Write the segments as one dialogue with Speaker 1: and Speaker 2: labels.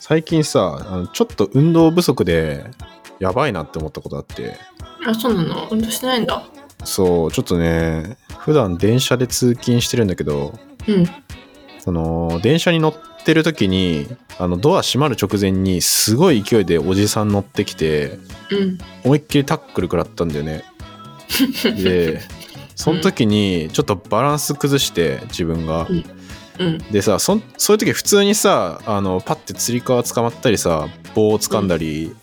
Speaker 1: 最近さあのちょっと運動不足でやばいなって思ったことあって
Speaker 2: あ、そうなの運動してないんだ。
Speaker 1: そうちょっとね普段電車で通勤してるんだけど
Speaker 2: うん。
Speaker 1: その電車に乗ってる時にあのドア閉まる直前にすごい勢いでおじさん乗ってきて
Speaker 2: うん。
Speaker 1: 思いっきりタックル食らったんだよねでその時にちょっとバランス崩して自分が
Speaker 2: うんうん。
Speaker 1: でさそんそういう時普通にさあのパッてつり革捕まったりさ棒を掴んだり、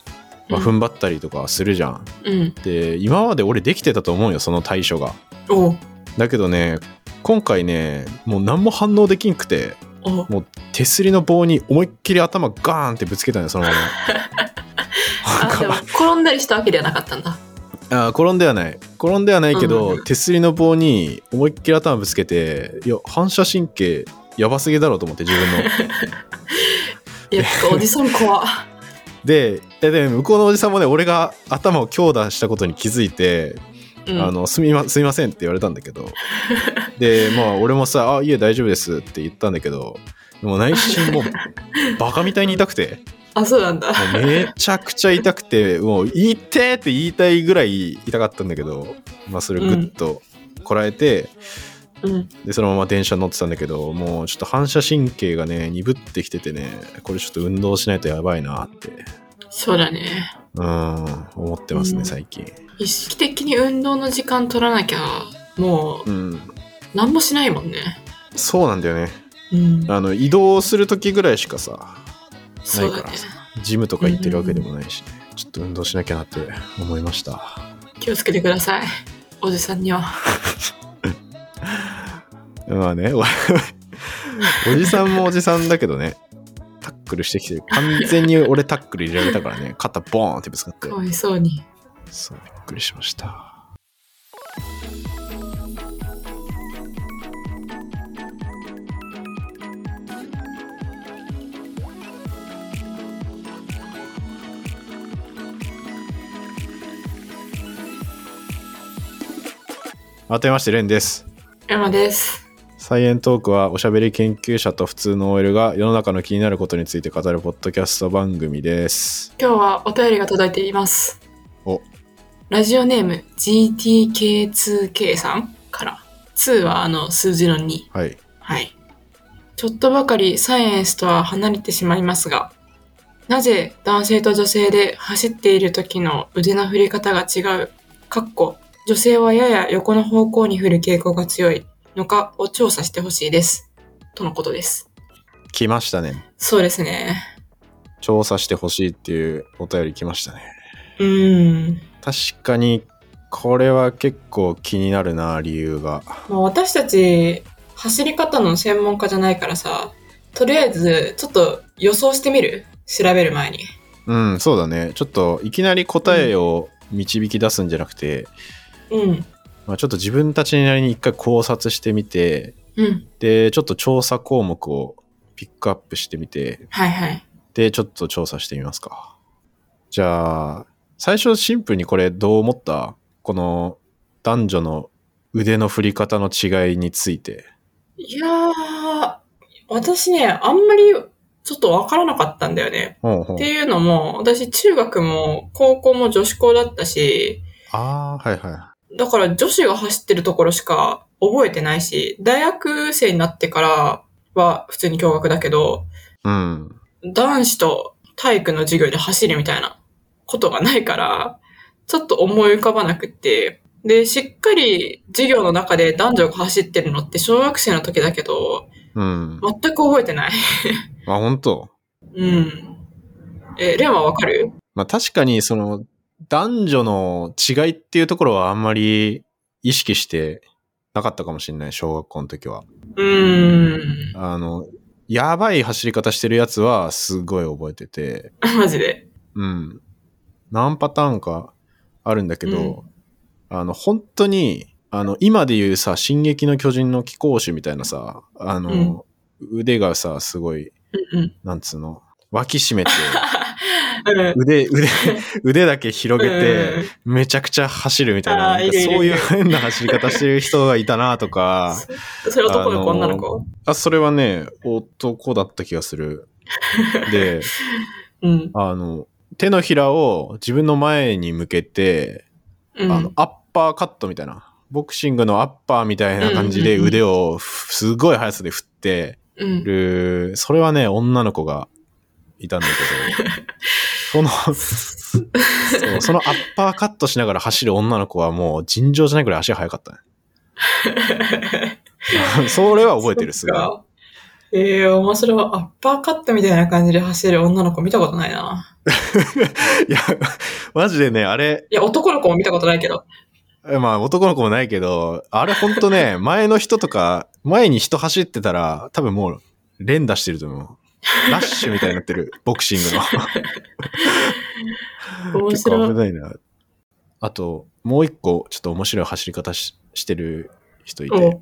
Speaker 1: まあ、
Speaker 2: う
Speaker 1: 踏ん張ったりとかするじゃん、
Speaker 2: うん。
Speaker 1: で今まで俺できてたと思うよその対処が
Speaker 2: おう
Speaker 1: だけどね今回ねもう何も反応できんくて
Speaker 2: おう
Speaker 1: 手すりの棒に思いっきり頭ガーンってぶつけたのよそのまま
Speaker 2: あ、でも
Speaker 1: なんか
Speaker 2: 転んだりしたわけではなかったんだ。
Speaker 1: あー転んではない転んではないけど、
Speaker 2: うんうんう
Speaker 1: 手すりの棒に思いっきり頭ぶつけていや反射神経やばすぎだろうと思って自分の
Speaker 2: いや、おじさ ん怖。
Speaker 1: でえで向こうのおじさんもね俺が頭を強打したことに気づいて
Speaker 2: う
Speaker 1: 「
Speaker 2: ん。
Speaker 1: あのすみますみません」って言われたんだけどでまあ俺もさ「あいえ大丈夫です」って言ったんだけどでも内心 もうバカみたいに痛くて。
Speaker 2: あ、そうなんだ。
Speaker 1: もうめちゃくちゃ痛くてもう「痛え!」って言いたいぐらい痛かったんだけど、まあ、それをぐっとこらえて、
Speaker 2: うん。
Speaker 1: でそのまま電車に乗ってたんだけどもうちょっと反射神経がね鈍ってきててねこれちょっと運動しないとやばいなって
Speaker 2: そうだね。
Speaker 1: うん思ってます
Speaker 2: う
Speaker 1: ね
Speaker 2: ん
Speaker 1: 最近
Speaker 2: 意識的に運動の時間取らなきゃ、もう、
Speaker 1: うん、
Speaker 2: 何もしないもんね。
Speaker 1: そうなんだよね
Speaker 2: うん。
Speaker 1: あの移動する時ぐらいしかさ
Speaker 2: そう
Speaker 1: な
Speaker 2: だ
Speaker 1: いから
Speaker 2: ね。
Speaker 1: ジムとか行ってるわけでもないし、ちょっと運動しなきゃなって思いました
Speaker 2: 気をつけてください。おじさんには。
Speaker 1: まあね、お おじさんもおじさんだけどね、タックルしてきてる。完全に俺タックル入れられたからね、肩ボーンってぶつかって
Speaker 2: か。わいそうに。
Speaker 1: そう、びっくりしました。改めまして、レンです。
Speaker 2: 山です。
Speaker 1: サイエントークはおしゃべり研究者と普通の OL が世の中の気になることについて語るポッドキャスト番組です。
Speaker 2: 今日はお便りが届いています。
Speaker 1: お
Speaker 2: ラジオネーム GTK2K さんから。2はあの数字の2。
Speaker 1: はい。
Speaker 2: はい。ちょっとばかりサイエンスとは離れてしまいますが、なぜ男性と女性で走っている時の腕の振り方が違う、かっこ、女性はやや横の方向に振る傾向が強いのかを調査してほしいです。とのことです。
Speaker 1: 来ましたね。
Speaker 2: そうですね。
Speaker 1: 調査してほしいっていうお便り来ましたね。
Speaker 2: うーん。
Speaker 1: 確かに、これは結構気になるな、理由が。
Speaker 2: まあ、私たち走り方の専門家じゃないからさとりあえずちょっと予想してみる調べる前に
Speaker 1: うん、そうだね。ちょっと、いきなり答えを導き出すんじゃなくて、
Speaker 2: うん
Speaker 1: まあ、ちょっと自分たちなりに一回考察してみて、
Speaker 2: うん
Speaker 1: で、ちょっと調査項目をピックアップしてみて、
Speaker 2: はいはい
Speaker 1: で、ちょっと調査してみますか。じゃあ、最初シンプルにこれどう思ったこの男女の腕の振り方の違いについて。
Speaker 2: いやー私ねあんまりちょっとわからなかったんだよね
Speaker 1: ほうほう
Speaker 2: っていうのも私中学も高校も女子校だったし
Speaker 1: ああ、はいは
Speaker 2: だから女子が走ってるところしか覚えてないし大学生になってからは普通に共学だけど
Speaker 1: い。うん。
Speaker 2: 男子と体育の授業で走るみたいなことがないから、ちょっと思い浮かばなくって、で、しっかり授業の中で男女が走ってるのって小学生の時だけど、
Speaker 1: うん。
Speaker 2: 全く覚えてない。
Speaker 1: まあ本当
Speaker 2: うん。え、レンはわかる
Speaker 1: まあ確かにその男女の違いっていうところはあんまり意識してなかったかもしれない、小学校の時は。
Speaker 2: うーん。
Speaker 1: あの、やばい走り方してるやつはすごい覚えてて、
Speaker 2: マジで。
Speaker 1: うん。何パターンかあるんだけど、あの、本当に、あの、今で言うさ、進撃の巨人の貴公子みたいなさ、あの、腕がさ、すごい、
Speaker 2: うんうん。
Speaker 1: なんつうの、脇締めて、
Speaker 2: うん
Speaker 1: 腕、 腕、腕だけ広げ
Speaker 2: うん
Speaker 1: て、めちゃくちゃ走るみたいな、
Speaker 2: あー
Speaker 1: なんか
Speaker 2: いるいる
Speaker 1: そういう
Speaker 2: いる
Speaker 1: 変な走り方してる人がいたなとか、
Speaker 2: それ男の子、
Speaker 1: あのー
Speaker 2: 女の子
Speaker 1: あ、それはね、男だった気がする。で、
Speaker 2: うん。
Speaker 1: あの、手のひらを自分の前に向けて、
Speaker 2: う
Speaker 1: あの
Speaker 2: ん。
Speaker 1: アッパーカットみたいなボクシングのアッパーみたいな感じで
Speaker 2: うんうんうん
Speaker 1: 腕をふすごい速さで振って
Speaker 2: うん。
Speaker 1: るそれはね女の子がいたんだけど そのそうそのアッパーカットしながら走る女の子はもう尋常じゃないくらい足が速か ったねそれは覚えてるすごい
Speaker 2: そっかええ面白い。アッパーカットみたいな感じで走る女の子見たことないな。
Speaker 1: いやマジでねあれ
Speaker 2: いや、男の子も見たことないけど。
Speaker 1: まあ男の子もないけど、あれほんと ね、前の人とか、前に人走ってたら、多分もう連打してると思う。ラッシュみたいになって る、ボクシングの。結
Speaker 2: 面
Speaker 1: 構危
Speaker 2: 白い。
Speaker 1: ないな。あと、もう一個、ちょっと面白い走り方ししてる人いて、
Speaker 2: お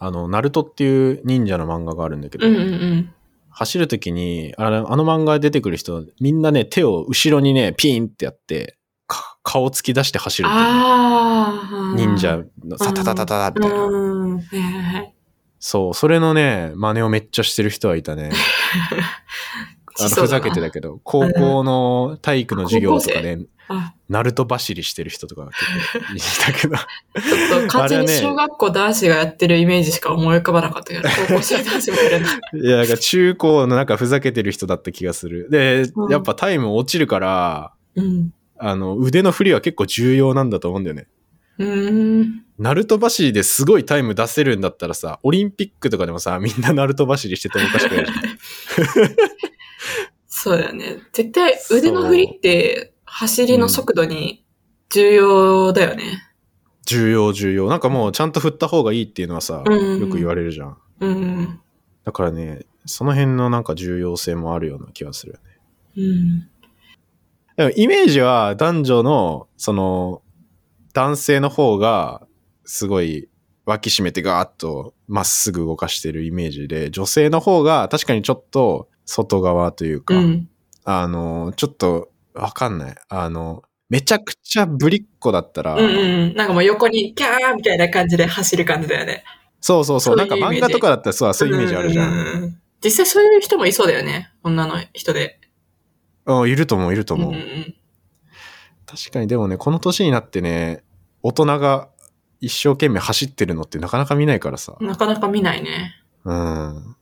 Speaker 1: あの、ナルトっていう忍者の漫画があるんだけど、
Speaker 2: うんうんうん。
Speaker 1: 走るときにあの、あの漫画で出てくる人、みんなね、手を後ろにね、ピーンってやって、か顔突き出して走るっていうね、
Speaker 2: ああ。
Speaker 1: 忍者のさ
Speaker 2: うん
Speaker 1: たたたたたみたいな。
Speaker 2: うん。はいはいはい。
Speaker 1: そう、それのね、真似をめっちゃしてる人はいた ね。あの
Speaker 2: しそ
Speaker 1: ふ
Speaker 2: うだ
Speaker 1: ざ
Speaker 2: な
Speaker 1: けてだけど、高校の体育の授業とかで、
Speaker 2: あ、
Speaker 1: ナルト走りしてる人とか結構いたけど、
Speaker 2: ちょっと完全
Speaker 1: あ
Speaker 2: に
Speaker 1: れはね
Speaker 2: 小学校男子がやってるイメージしか思い浮かばなかったけど、高校生男子もいるんだ。
Speaker 1: いや、なんか中高のなんかふざけてる人だった気がする。で
Speaker 2: う、ん
Speaker 1: やっぱタイム落ちるから、
Speaker 2: うん。
Speaker 1: あの、腕の振りは結構重要なんだと思うんだよね。
Speaker 2: うーん。
Speaker 1: ナルト走りですごいタイム出せるんだったらさ、オリンピックとかでもさ、みんなナルト走りしててもおかしくないじ ゃん。
Speaker 2: そうだよね。絶対腕の振りって走りの速度に重要だよね。
Speaker 1: 重要重要。なんかもうちゃんと振った方がいいっていうのはさ、
Speaker 2: うん
Speaker 1: よく言われるじゃん。
Speaker 2: うん。
Speaker 1: だからね、その辺のなんか重要性もあるような気がするよね。
Speaker 2: うん。
Speaker 1: でもイメージは男女の、その、男性の方が、すごい脇締めてガーッとまっすぐ動かしてるイメージで、女性の方が確かにちょっと外側というか、
Speaker 2: うん。
Speaker 1: あの、ちょっとわかんない。あの、めちゃくちゃぶりっ子だったら、
Speaker 2: うんうん。なんかもう横にキャーみたいな感じで走る感じだよね。
Speaker 1: そうそうそう、
Speaker 2: そう
Speaker 1: ないん
Speaker 2: う
Speaker 1: か
Speaker 2: イメージ
Speaker 1: 漫画とかだったらそう、そういうイメージあるじゃん。
Speaker 2: ううう。実際そういう人もいそうだよね。女の人で。
Speaker 1: うん、いると思う、いると
Speaker 2: うん
Speaker 1: 思
Speaker 2: う
Speaker 1: う。
Speaker 2: ん。
Speaker 1: 確かにでもね、この年になってね、大人が一生懸命走ってるのってなかなか見ないからさ。
Speaker 2: なかなか見ないね。
Speaker 1: うん。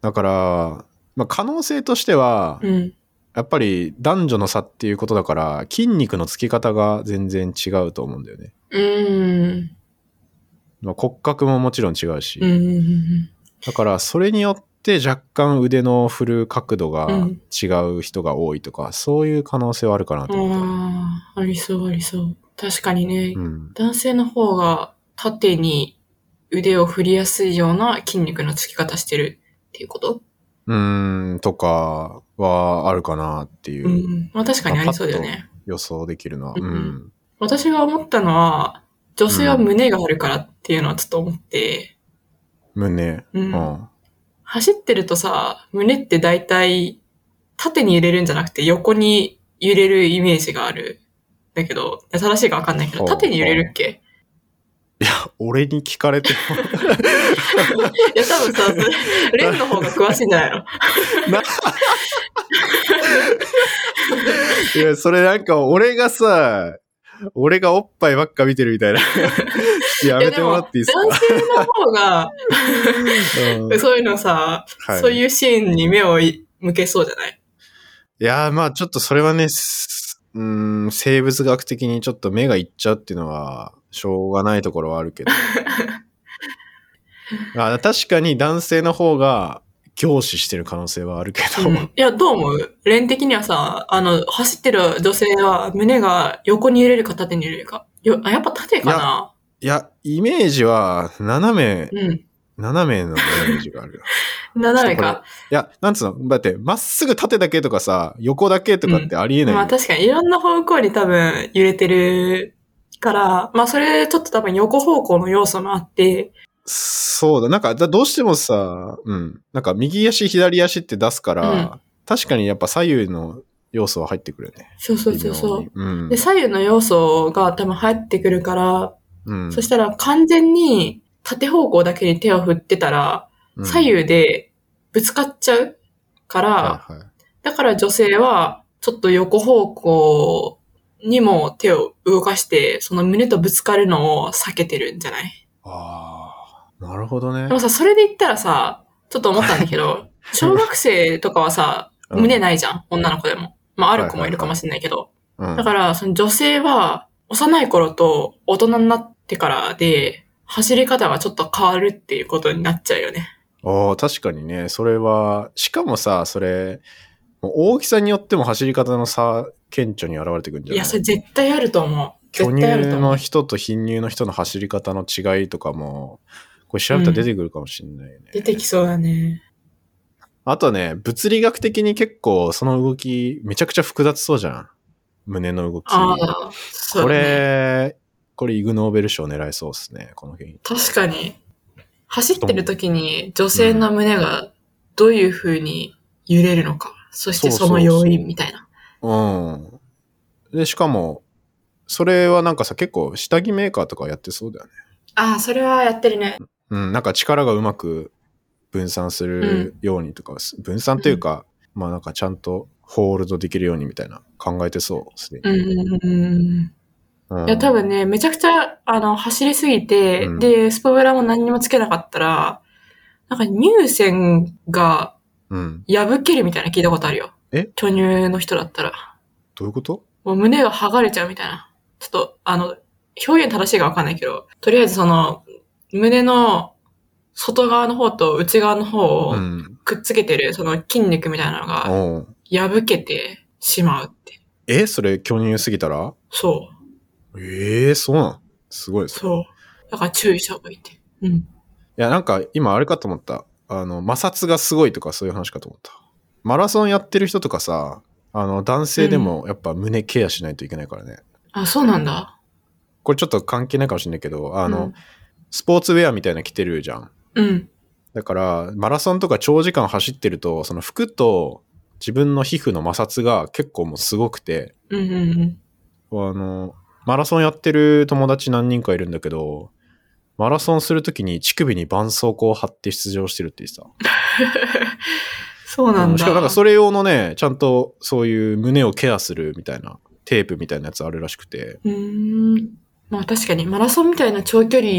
Speaker 1: だから、まあ、可能性としては、
Speaker 2: うん。
Speaker 1: やっぱり男女の差っていうことだから、筋肉のつき方が全然違うと思うんだよね。
Speaker 2: うん。
Speaker 1: まあ、骨格ももちろん違うし。
Speaker 2: うんうんうん
Speaker 1: だから、それによって若干腕の振る角度が
Speaker 2: うん
Speaker 1: 違う人が多いとか、そういう可能性はあるかなと
Speaker 2: う
Speaker 1: 思っ
Speaker 2: ん。ああ、ありそうありそう。確かにね、
Speaker 1: た。うん。
Speaker 2: 男性の方が縦に腕を振りやすいような筋肉のつき方してるっていうこと。
Speaker 1: うーん、とかはあるかなっていううん
Speaker 2: まあ確かにありそうだよね。
Speaker 1: 予想できるのは。
Speaker 2: うん
Speaker 1: う
Speaker 2: うん
Speaker 1: ん。
Speaker 2: 私が思ったのは、女性は胸があるからっていうのはちょっと思って、
Speaker 1: 胸。
Speaker 2: うん
Speaker 1: うん。
Speaker 2: 走ってるとさ、胸って大体縦に揺れるんじゃなくて横に揺れるイメージがある。だけど、正しいかわかんないけど、
Speaker 1: ほう
Speaker 2: 縦に揺れるっけ
Speaker 1: 俺に聞かれて
Speaker 2: いや、多分さ、それレンの方が詳しいんじゃないの
Speaker 1: も。 いや、それなんか俺がさ、俺がおっぱいばっか見てるみたいな。 やめてもらっていいです
Speaker 2: やでも男性の方が、
Speaker 1: か、うん
Speaker 2: そういうのさ、
Speaker 1: はい
Speaker 2: そういうシーンに目をい向けそうじゃない
Speaker 1: いやー、まあちょっとそれはね、すうーん、生物学的にちょっと目がいっちゃうっていうのは、しょうがないところはある けど。あ確かに男性の方が凝視してる可能性はあるけど、
Speaker 2: うんいや、どう思うレン的にはさ、あの、走ってる女性は胸が横に揺れるか縦に揺れるか。よあやっぱ縦かない
Speaker 1: や、イメージは斜め、
Speaker 2: うん。
Speaker 1: 斜めのイメージがあるよ。
Speaker 2: 斜めか。
Speaker 1: いや、なんつうのだって、まっすぐ縦だけとかさ、横だけとかってありえない。
Speaker 2: まあ確かにいろんな方向に多分揺れてるから、まあそれちょっと多分横方向の要素もあって、
Speaker 1: そうだ、なんか、だどうしてもさ、うん、なんか右足、左足って出すから、
Speaker 2: うん
Speaker 1: 確かにやっぱ左右の要素は入ってくるよね。
Speaker 2: そうそうそうそ
Speaker 1: 微
Speaker 2: う。
Speaker 1: 妙にうん
Speaker 2: で、左右の要素が多分入ってくるから、
Speaker 1: うん
Speaker 2: そしたら完全に縦方向だけに手を振ってたら、
Speaker 1: うん
Speaker 2: 左右でぶつかっちゃうから、
Speaker 1: はいはい。
Speaker 2: だから女性は、ちょっと横方向にも手を動かして、その胸とぶつかるのを避けてるんじゃない
Speaker 1: ああ、なるほどね
Speaker 2: で。もさ、それで言ったらさ、ちょっと思ったんだけど、小学生とかはさ、胸
Speaker 1: い。
Speaker 2: ないじゃん、女の子でも。まあ、ある子もいるかもしれないけど。だから、その女性は、幼い頃と大人になってからで、走り方がちょっと変わるっていうことになっちゃうよね。
Speaker 1: ああ、確かにね。それは、しかもさ、それ、もう大きさによっても走り方の差、顕著に現れてくるんじゃ
Speaker 2: い
Speaker 1: ない
Speaker 2: や、それ絶対あると思う。
Speaker 1: 巨
Speaker 2: 絶対ある
Speaker 1: 乳
Speaker 2: と思
Speaker 1: の
Speaker 2: う。
Speaker 1: 人と貧乳の人の走り方の違いとかも、これ調べたら出てくるかもしれないよね。
Speaker 2: 出てきそうだね。
Speaker 1: あとね、物理学的に結構その動き、めちゃくちゃ複雑そうじゃん。胸の動き。
Speaker 2: ああ、そう
Speaker 1: こ
Speaker 2: だね
Speaker 1: れ、これイグノーベル賞狙いそうですね、この件。
Speaker 2: 確かに、走ってる時に女性の胸がどういう風に揺れるのか、そしてその要因みたいな。
Speaker 1: うん。で、しかも、それはなんかさ、結構下着メーカーとかやってそうだよね。
Speaker 2: ああ、それはやってるね。
Speaker 1: うん、なんか力がうまく分散するようにとか、分散というか、まあなんかちゃんとホールドできるようにみたいな考えてそうですね。
Speaker 2: うんうんうんうん。
Speaker 1: うん
Speaker 2: いや、多分ね、めちゃくちゃ、あの、走りすぎて、
Speaker 1: うん
Speaker 2: で、スポブラも何にもつけなかったら、なんか乳腺が
Speaker 1: うん。
Speaker 2: 破けるみたいなの聞いたことあるよ。
Speaker 1: え
Speaker 2: 巨乳の人だったら。
Speaker 1: どういうこと
Speaker 2: もう胸が剥がれちゃうみたいな。ちょっと、あの、表現正しいかわかんないけど、とりあえずその、胸の外側の方と内側の方を
Speaker 1: うん。
Speaker 2: くっつけてる、その筋肉みたいなのが
Speaker 1: うん
Speaker 2: 破けてしまうって。
Speaker 1: え、それ巨乳すぎたら
Speaker 2: そう、
Speaker 1: ええそうなんすごいです。い
Speaker 2: そう。だから注意した方がいいって。うん。
Speaker 1: や、なんか今あれかと思った。あの、摩擦がすごいとかそういう話かと思った。マラソンやってる人とかさ、あの、男性でもやっぱ胸ケアしないといけないからね。
Speaker 2: あ、そうなんだ。
Speaker 1: これちょっと関係ないかもしれないけど、あの、
Speaker 2: うん
Speaker 1: スポーツウェアみたいなの着てるじゃん。
Speaker 2: うん。
Speaker 1: だから、マラソンとか長時間走ってると、その服と自分の皮膚の摩擦が結構もうすごくて、
Speaker 2: うんうんうん。
Speaker 1: あの、マラソンやってる友達何人かいるんだけど、マラソンするときに乳首に絆創膏を貼って出場してるって言ってた。
Speaker 2: そうなん
Speaker 1: う
Speaker 2: だ。
Speaker 1: んしかもなんかそれ用のね、ちゃんとそういう胸をケアするみたいなテープみたいなやつあるらしくて。
Speaker 2: うーん。まあ確かにマラソンみたいな長距離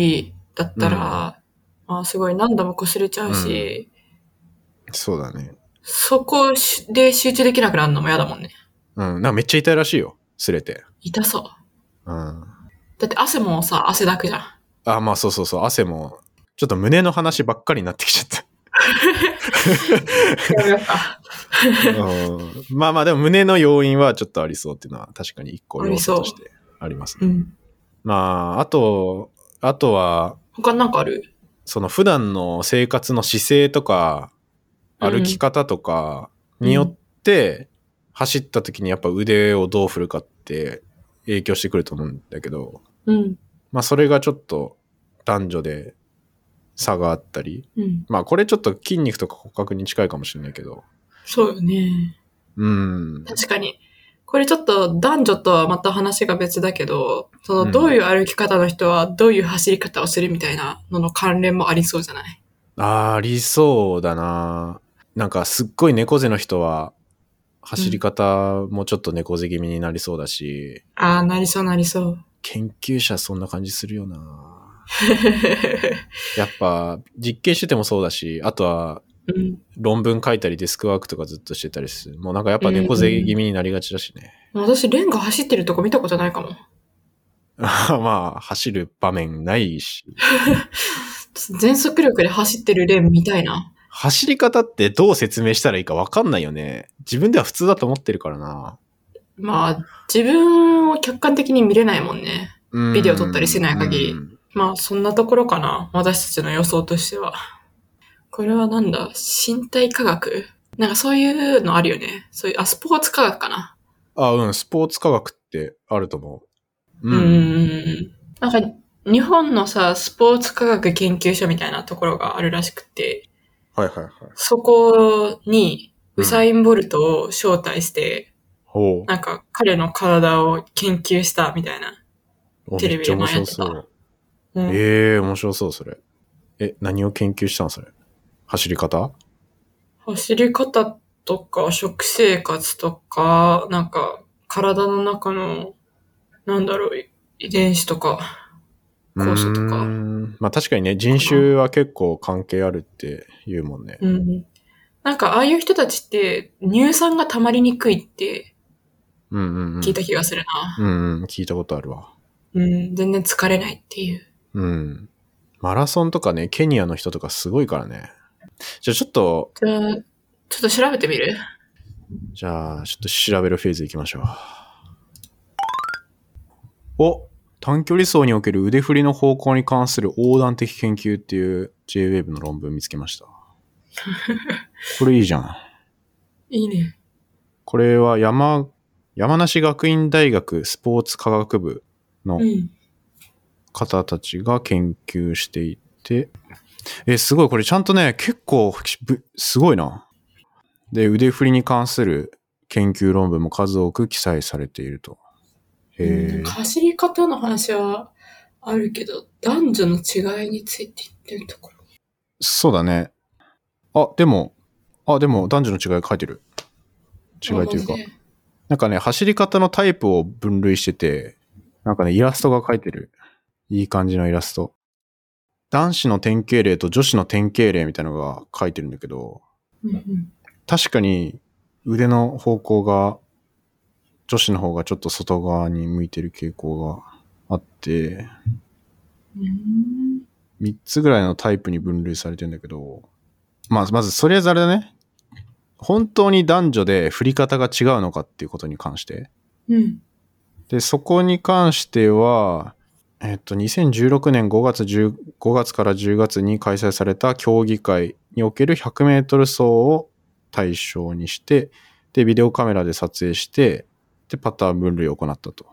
Speaker 2: だったら、まあすごい何度も擦れちゃうし、
Speaker 1: そうだね。
Speaker 2: そこで集中できなくなるのも嫌だもんね。
Speaker 1: うん。なんかめっちゃ痛いらしいよ。すれて。
Speaker 2: 痛そう。
Speaker 1: うん。
Speaker 2: だって汗もさ、汗だく じゃん。
Speaker 1: あ、まあそうそうそう。汗も、ちょっと胸の話ばっかりになってきちゃった。
Speaker 2: あ
Speaker 1: うん、まあまあでも胸の要因はちょっとありそうっていうのは確かに一個要素としてありますね。
Speaker 2: うん。
Speaker 1: まあ、あと、あとは、
Speaker 2: 他なんかある
Speaker 1: その普段の生活の姿勢とか、
Speaker 2: うん
Speaker 1: 歩き方とかによって、走った時にやっぱ腕をどう振るかって影響してくると思うんだけど、
Speaker 2: うん。
Speaker 1: まあそれがちょっと男女で差があったり、
Speaker 2: うん。
Speaker 1: まあこれちょっと筋肉とか骨格に近いかもしれないけど、
Speaker 2: そうよね。
Speaker 1: うん。
Speaker 2: 確かに。これちょっと男女とはまた話が別だけど、そ
Speaker 1: うん
Speaker 2: のどういう歩き方の人はどういう走り方をするみたいなのの関連もありそうじゃない
Speaker 1: あーありそうだな。なんかすっごい猫背の人は、走り方もちょっと猫背気味になりそうだし、
Speaker 2: ああ、なりそうなりそう。
Speaker 1: 研究者そんな感じするよな。やっぱ実験しててもそうだし、あとは
Speaker 2: うん。
Speaker 1: 論文書いたりデスクワークとかずっとしてたりする。もうなんかやっぱ猫背気味になりがちだしね。
Speaker 2: 私、レンが走ってるとこ見たことないかも。
Speaker 1: まあ、走る場面ないし。
Speaker 2: 全速力で走ってるレンみたいな。
Speaker 1: 走り方ってどう説明したらいいかわかんないよね。自分では普通だと思ってるからな。
Speaker 2: まあ、自分を客観的に見れないもんね。
Speaker 1: うん
Speaker 2: ビデオ撮ったりしない限り
Speaker 1: うん
Speaker 2: まあ、そんなところかな。私たちの予想としては。これはなんだ身体科学なんかそういうのあるよね。そういう、あ、スポーツ科学かな。
Speaker 1: あ、うん、スポーツ科学ってあると思う。
Speaker 2: うーん。なんか、日本のさ、スポーツ科学研究所みたいなところがあるらしくて、
Speaker 1: はいはいはい。
Speaker 2: そこに、
Speaker 1: うん
Speaker 2: ウサイン・ボルトを招待して、
Speaker 1: ほ
Speaker 2: なんか彼の体を研究したみたいな。
Speaker 1: う。
Speaker 2: テレ
Speaker 1: め
Speaker 2: ビ
Speaker 1: っちゃ
Speaker 2: で
Speaker 1: 面
Speaker 2: 前や
Speaker 1: 白
Speaker 2: ってた
Speaker 1: そう。
Speaker 2: うん
Speaker 1: ええ面白そう、それ。え、何を研究したんそれ。走り方
Speaker 2: 走り方とか、食生活とか、なんか、体の中の、なんだろう、い遺伝子とか。酵素と
Speaker 1: う
Speaker 2: か
Speaker 1: ーんまあ確かにね、人種は結構関係あるって言うもんね。
Speaker 2: うん。なんか、ああいう人たちって、乳酸が溜まりにくいって
Speaker 1: うんうんうん。
Speaker 2: 聞いた気がするな。
Speaker 1: うんうん、聞いたことあるわ。
Speaker 2: うん、全然疲れないっていう。
Speaker 1: うん。マラソンとかね、ケニアの人とかすごいからね。じゃあちょっと、
Speaker 2: じゃあ、ちょっと調べてみる
Speaker 1: じゃあちょっと調べるフェーズ行きましょう。お短距離走における腕振りの方向に関する横断的研究っていう JWAVE の論文見つけました。これいいじゃん。
Speaker 2: いいね。
Speaker 1: これは山、山梨学院大学スポーツ科学部の
Speaker 2: うん。
Speaker 1: 方たちが研究していて、え、すごい、これちゃんとね、結構、ぶすごいな。で、腕振りに関する研究論文も数多く記載されていると。
Speaker 2: な
Speaker 1: へ
Speaker 2: ん
Speaker 1: ー
Speaker 2: か走り方の話はあるけど、男女の違いについて言ってるところ。
Speaker 1: そうだね。あ、でも、あ、でも男女の違い書いてる。違いというか
Speaker 2: あマジ。で
Speaker 1: なんかね、走り方のタイプを分類してて、なんかね、イラストが書いてる。いい感じのイラスト。男子の典型例と女子の典型例みたいなのが書いてるんだけど、
Speaker 2: うんうん
Speaker 1: 確かに腕の方向が、女子の方がちょっと外側に向いてる傾向があって、
Speaker 2: うーん
Speaker 1: 3つぐらいのタイプに分類されてるんだけど、まあ、まず、それぞれだね。本当に男女で振り方が違うのかっていうことに関して。
Speaker 2: うん。
Speaker 1: で、そこに関しては、えっと、2016年5月10 5月から10月に開催された競技会における100メートル走を対象にして、で、ビデオカメラで撮影して、で、パターン分類を行ったと。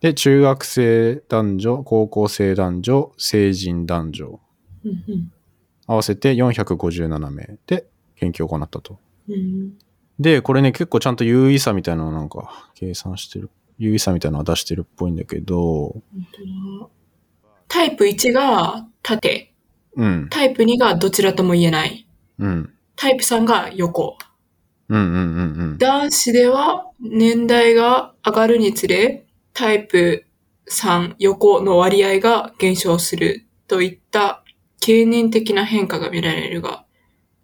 Speaker 1: で、中学生男女、高校生男女、成人男女、
Speaker 2: うんうん
Speaker 1: 合わせて457名で研究を行ったと。
Speaker 2: うん
Speaker 1: で、これね、結構ちゃんと優位差みたいなのをなんか計算してる、優位差みたいなのは出してるっぽいんだけど、
Speaker 2: 本当だタイプ1が縦、
Speaker 1: うん、
Speaker 2: タイプ2がどちらとも言えない、
Speaker 1: うん、
Speaker 2: タイプ3が横。
Speaker 1: うん、うん、うん、
Speaker 2: 男子では年代が上がるにつれ、タイプ3、横の割合が減少するといった経年的な変化が見られるが、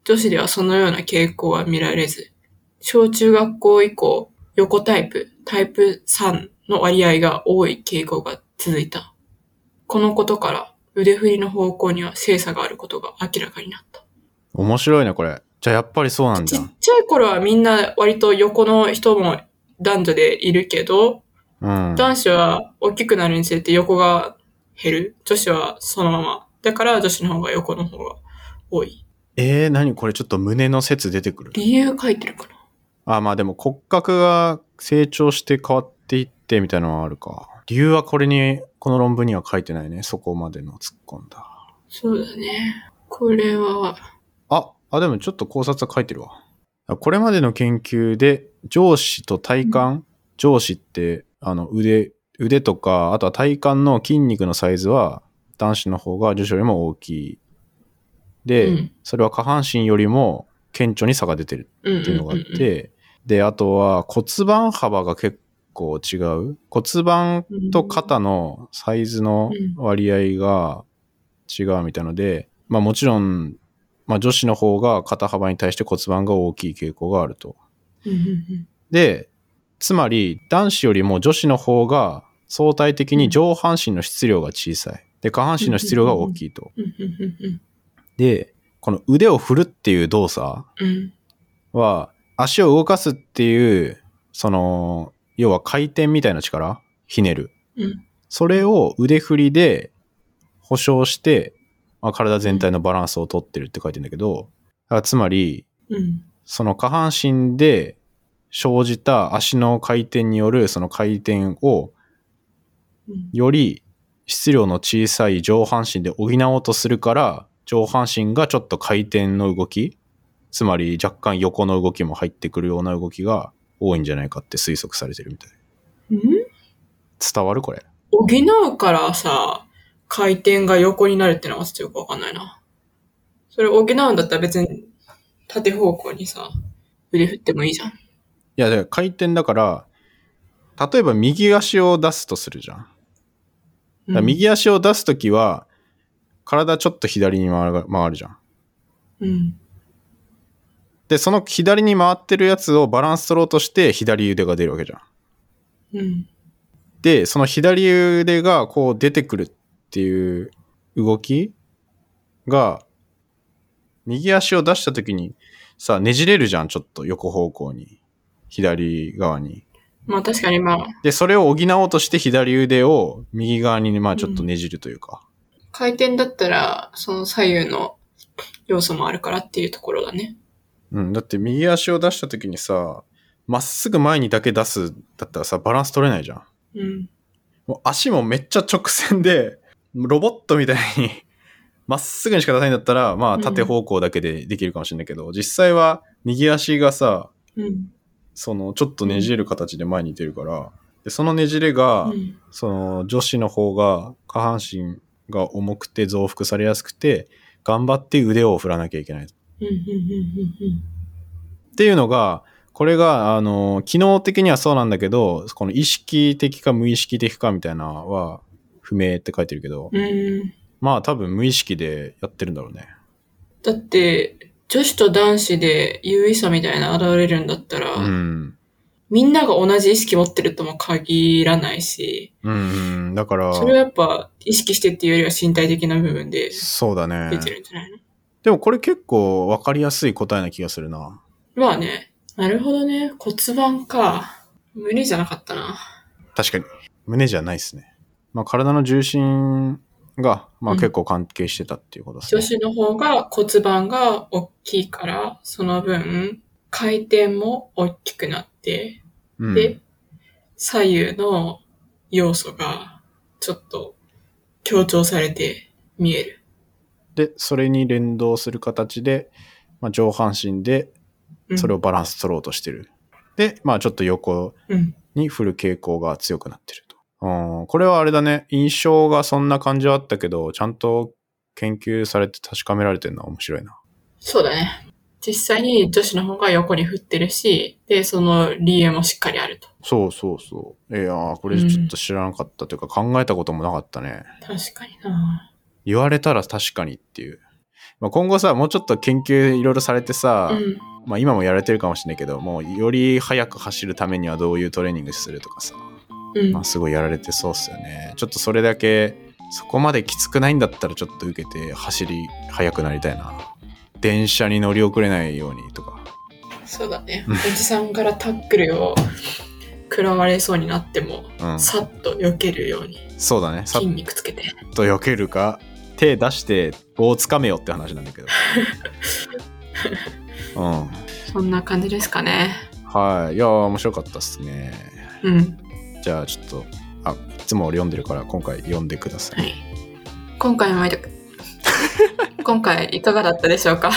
Speaker 2: 女子ではそのような傾向は見られず、小中学校以降、横タイプ、タイプ3の割合が多い傾向が続いた。このことから腕振りの方向には性差があることが明らかになった。
Speaker 1: 面白いね、これ。じゃあやっぱりそうなん
Speaker 2: ち
Speaker 1: じゃ
Speaker 2: っ
Speaker 1: ん。
Speaker 2: ちゃい頃はみんな割と横の人も男女でいるけど、
Speaker 1: うん。
Speaker 2: 男子は大きくなるにつれて横が減る。女子はそのまま。だから女子の方が横の方が多い。
Speaker 1: えー、何これちょっと胸の説出てくる。
Speaker 2: 理由書いてるかな
Speaker 1: あ、まあでも骨格が成長して変わっていってみたいなのはあるか。理由はこれに、この論文には書いてないね。そこまでの突っ込んだ。
Speaker 2: そうだね。これは、
Speaker 1: あ、あ、でもちょっと考察は書いてるわ。これまでの研究で上司と体幹、上司ってあの腕、腕とか、あとは体幹の筋肉のサイズは男子の方が女子よりも大きい。で、
Speaker 2: うん
Speaker 1: それは下半身よりも顕著に差が出てる
Speaker 2: うんうんうん、うん。
Speaker 1: っていうのがあって、で、あとは骨盤幅が結構違う。骨盤と肩のサイズの割合が違うみたいので、まあもちろん、まあ女子の方が肩幅に対して骨盤が大きい傾向があると。
Speaker 2: うんうん
Speaker 1: で、つまり男子よりも女子の方が相対的に上半身の質量が小さい。で、下半身の質量が大きいと。
Speaker 2: うん。うんうんうん
Speaker 1: で、この腕を振るっていう動作
Speaker 2: うん。うん
Speaker 1: は、足を動かすっていう、その、要は回転みたいな力、ひねる。
Speaker 2: うん
Speaker 1: それを腕振りで保証して、まあ、体全体のバランスをとってるって書いてんだけど、だからつまり、
Speaker 2: うん。
Speaker 1: その下半身で生じた足の回転によるその回転を
Speaker 2: うん
Speaker 1: より質量の小さい上半身で補おうとするから、上半身がちょっと回転の動き、つまり若干横の動きも入ってくるような動きが多いんじゃないかって推測されてるみたい。
Speaker 2: うん
Speaker 1: 伝わるこれ。
Speaker 2: 補うからさ、回転が横になるってのはちょっとよくわかんないな。それ補うんだったら別に縦方向にさ、腕振ってもいいじゃん。
Speaker 1: いや、だから回転だから、例えば右足を出すとするじゃん。だか
Speaker 2: うん
Speaker 1: ら右足を出すときは、体ちょっと左に回る回るじゃん。
Speaker 2: うん。
Speaker 1: で、その左に回ってるやつをバランス取ろうとして、左腕が出るわけじゃん。
Speaker 2: うん。
Speaker 1: で、その左腕がこう出てくるっていう動きが、右足を出した時にさ、ねじれるじゃん、ちょっと横方向に。左側に。
Speaker 2: まあ確かにまあ、
Speaker 1: で、それを補おうとして左腕を右側にね、まあちょっとねじるというか。
Speaker 2: 回転だったら、その左右の要素もあるからっていうところだね。
Speaker 1: うん、だって右足を出した時にさ、まっすぐ前にだけ出すだったらさ、バランス取れないじゃん。
Speaker 2: うん。
Speaker 1: もう足もめっちゃ直線で、ロボットみたいに、まっすぐにしか出さないんだったら、ま
Speaker 2: う
Speaker 1: あ
Speaker 2: ん
Speaker 1: 縦方向だけでできるかもしれないけど、実際は右足がさ、
Speaker 2: うん。
Speaker 1: そのちょっとねじれる形で前に出るから、でそのねじれが、
Speaker 2: うん。
Speaker 1: その女子の方が下半身が重くて増幅されやすくて、頑張って腕を振らなきゃいけない。っ
Speaker 2: うん。うん。うん
Speaker 1: ていうのが、これが、あの、機能的にはそうなんだけど、この意識的か無意識的かみたいなのは不明って書いてるけど、
Speaker 2: うん。うん。
Speaker 1: まあ多分無意識でやってるんだろうね。
Speaker 2: だって、女子と男子で優位さみたいな現れるんだったら、
Speaker 1: うん。
Speaker 2: みんなが同じ意識持ってるとも限らないし、
Speaker 1: うん。だから、
Speaker 2: それはやっぱ意識してっていうよりは身体的な部分で
Speaker 1: そうだね
Speaker 2: 出。てるんじゃないの、
Speaker 1: でもこれ結構分かりやすい答えな気がするな。
Speaker 2: まあね。なるほどね。骨盤か。胸じゃなかったな。
Speaker 1: 確かに。胸じゃないですね。まあ体の重心が、まあ
Speaker 2: うん
Speaker 1: 結構関係してたっていうことです
Speaker 2: 女
Speaker 1: ね。
Speaker 2: 子の方が骨盤が大きいから、その分、回転も大きくなって、
Speaker 1: うん、
Speaker 2: で、左右の要素が、ちょっと、強調されて見える。
Speaker 1: で、それに連動する形で、まあ上半身で
Speaker 2: うん
Speaker 1: それをバランス取ろうとしてる。で、まあちょっと横
Speaker 2: うん。
Speaker 1: に振る傾向が強くなってると。うん、これはあれだね。印象がそんな感じはあったけど、ちゃんと研究されて確かめられてるのは面白いな。
Speaker 2: そうだね。実際に女子の方が横に振ってるし、で、その理由もしっかりあると。
Speaker 1: そうそうそう。いやー、これちょっと知らなかったというか、考えたこともなかったね。
Speaker 2: 確かにな
Speaker 1: 言われたら確かにっていう。まあ、今後さ、もうちょっと研究いろいろされてさ、
Speaker 2: うん。
Speaker 1: まあ今もやられてるかもしれないけど、もうより速く走るためにはどういうトレーニングするとかさ、
Speaker 2: うん
Speaker 1: まあ。すごいやられてそうっすよね。ちょっとそれだけ、そこまできつくないんだったらちょっと受けて走り速くなりたいな。電車に乗り遅れないようにとか。
Speaker 2: そうだね。
Speaker 1: う
Speaker 2: お
Speaker 1: ん
Speaker 2: じさんからタックルを 食らわれそうになっても、
Speaker 1: うん。
Speaker 2: さっと避けるように
Speaker 1: そうだね。さっ
Speaker 2: 筋肉つけて。
Speaker 1: と避けるか、手出して棒をつかめよって話なんだ けど。うん。
Speaker 2: そんな感じですかね。
Speaker 1: はい。いやー、面白かったっすね。
Speaker 2: うん。
Speaker 1: じゃあちょっと、あ、いつも俺読んでるから今回読んでください。
Speaker 2: はい。今回もいた今回いかがだったでしょうか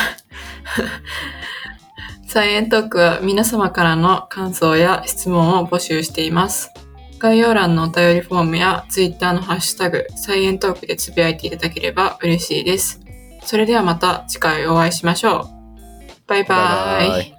Speaker 2: サイエントークは皆様からの感想や質問を募集しています。概要欄のお便りフォームや Twitter のハッシュタグ、サイエントークでつぶやいていただければ嬉しいです。それではまた次回お会いしましょう。バイバ
Speaker 1: バイバ
Speaker 2: イ
Speaker 1: イ